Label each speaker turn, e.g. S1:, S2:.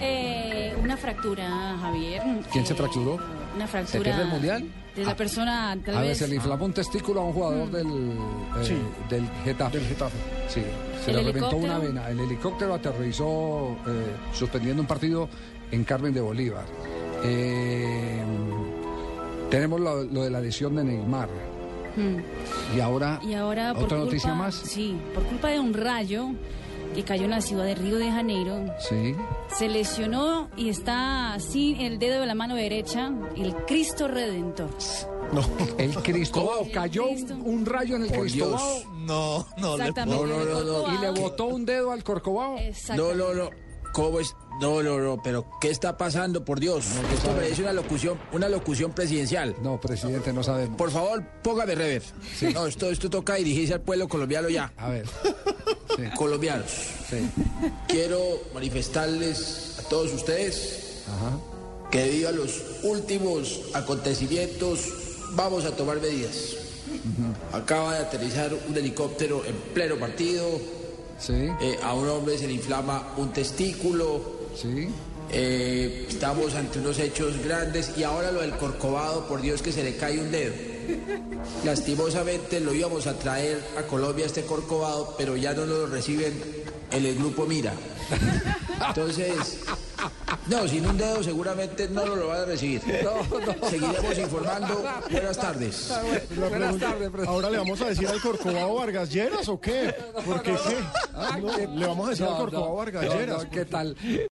S1: Eh, una fractura, Javier. Eh,
S2: ¿Quién se fracturó?
S1: Una fractura.
S2: ¿Se pierde el Mundial?
S1: De la
S2: Ah,
S1: persona, tal
S2: a ver,
S1: vez. Mm.
S2: se le inflamó un testículo a un jugador del, eh,
S3: Sí.
S2: del Getafe.
S3: del Getafe.
S2: Sí, se
S1: ¿El
S2: le reventó una
S1: helicóptero?
S2: vena. El helicóptero aterrizó eh, suspendiendo un partido en Carmen de Bolívar. Eh, tenemos lo, lo de la lesión de Neymar.
S1: Mm.
S2: Y ahora,
S1: Y ahora, por
S2: otra
S1: culpa,
S2: noticia más.
S1: Sí, por culpa de un rayo que cayó en la ciudad de Río de Janeiro,
S2: Sí.
S1: se lesionó y está sin el dedo de la mano derecha, el Cristo Redentor.
S3: No.
S2: El Cristóbal
S1: El
S2: cayó
S1: Cristo.
S2: un, un rayo en el Cristóbal
S3: No, no.
S1: Exactamente.
S4: No, no, no, no.
S2: y le botó un dedo al Corcovado.
S4: No,
S1: Exactamente.
S4: no, no. ¿Cómo es? No, no, no. Pero ¿qué está pasando? Por Dios. Esto merece una locución, una locución presidencial.
S2: No, presidente, no sabemos.
S4: Por favor, póngame rever. No, esto, esto toca dirigirse al pueblo colombiano ya.
S2: A ver. Sí,
S4: Colombianos.
S2: sí.
S4: Quiero manifestarles a todos ustedes que debido a los últimos acontecimientos vamos a tomar medidas. Acaba de aterrizar un helicóptero en pleno partido,
S2: Sí,
S4: eh, a un hombre se le inflama un testículo,
S2: sí.
S4: eh, estamos ante unos hechos grandes y ahora lo del Corcovado, por Dios que se le cae un dedo. Lastimosamente lo íbamos a traer a Colombia este Corcovado, pero ya no lo reciben en el grupo Mira. Entonces, no, sin un dedo seguramente no lo van a recibir. Seguiremos informando. Buenas tardes.
S3: La
S2: Ah, Buenas
S3: pregunta-
S2: tardes, presidente.
S3: Ahora le vamos a decir al Corcovado Vargas Lleras o qué? Porque qué? Ah, No, le vamos a decir al
S2: Ah, No, no,
S3: Corcovado Vargas
S2: no,
S3: Lleras.
S2: no, ¿Qué tal?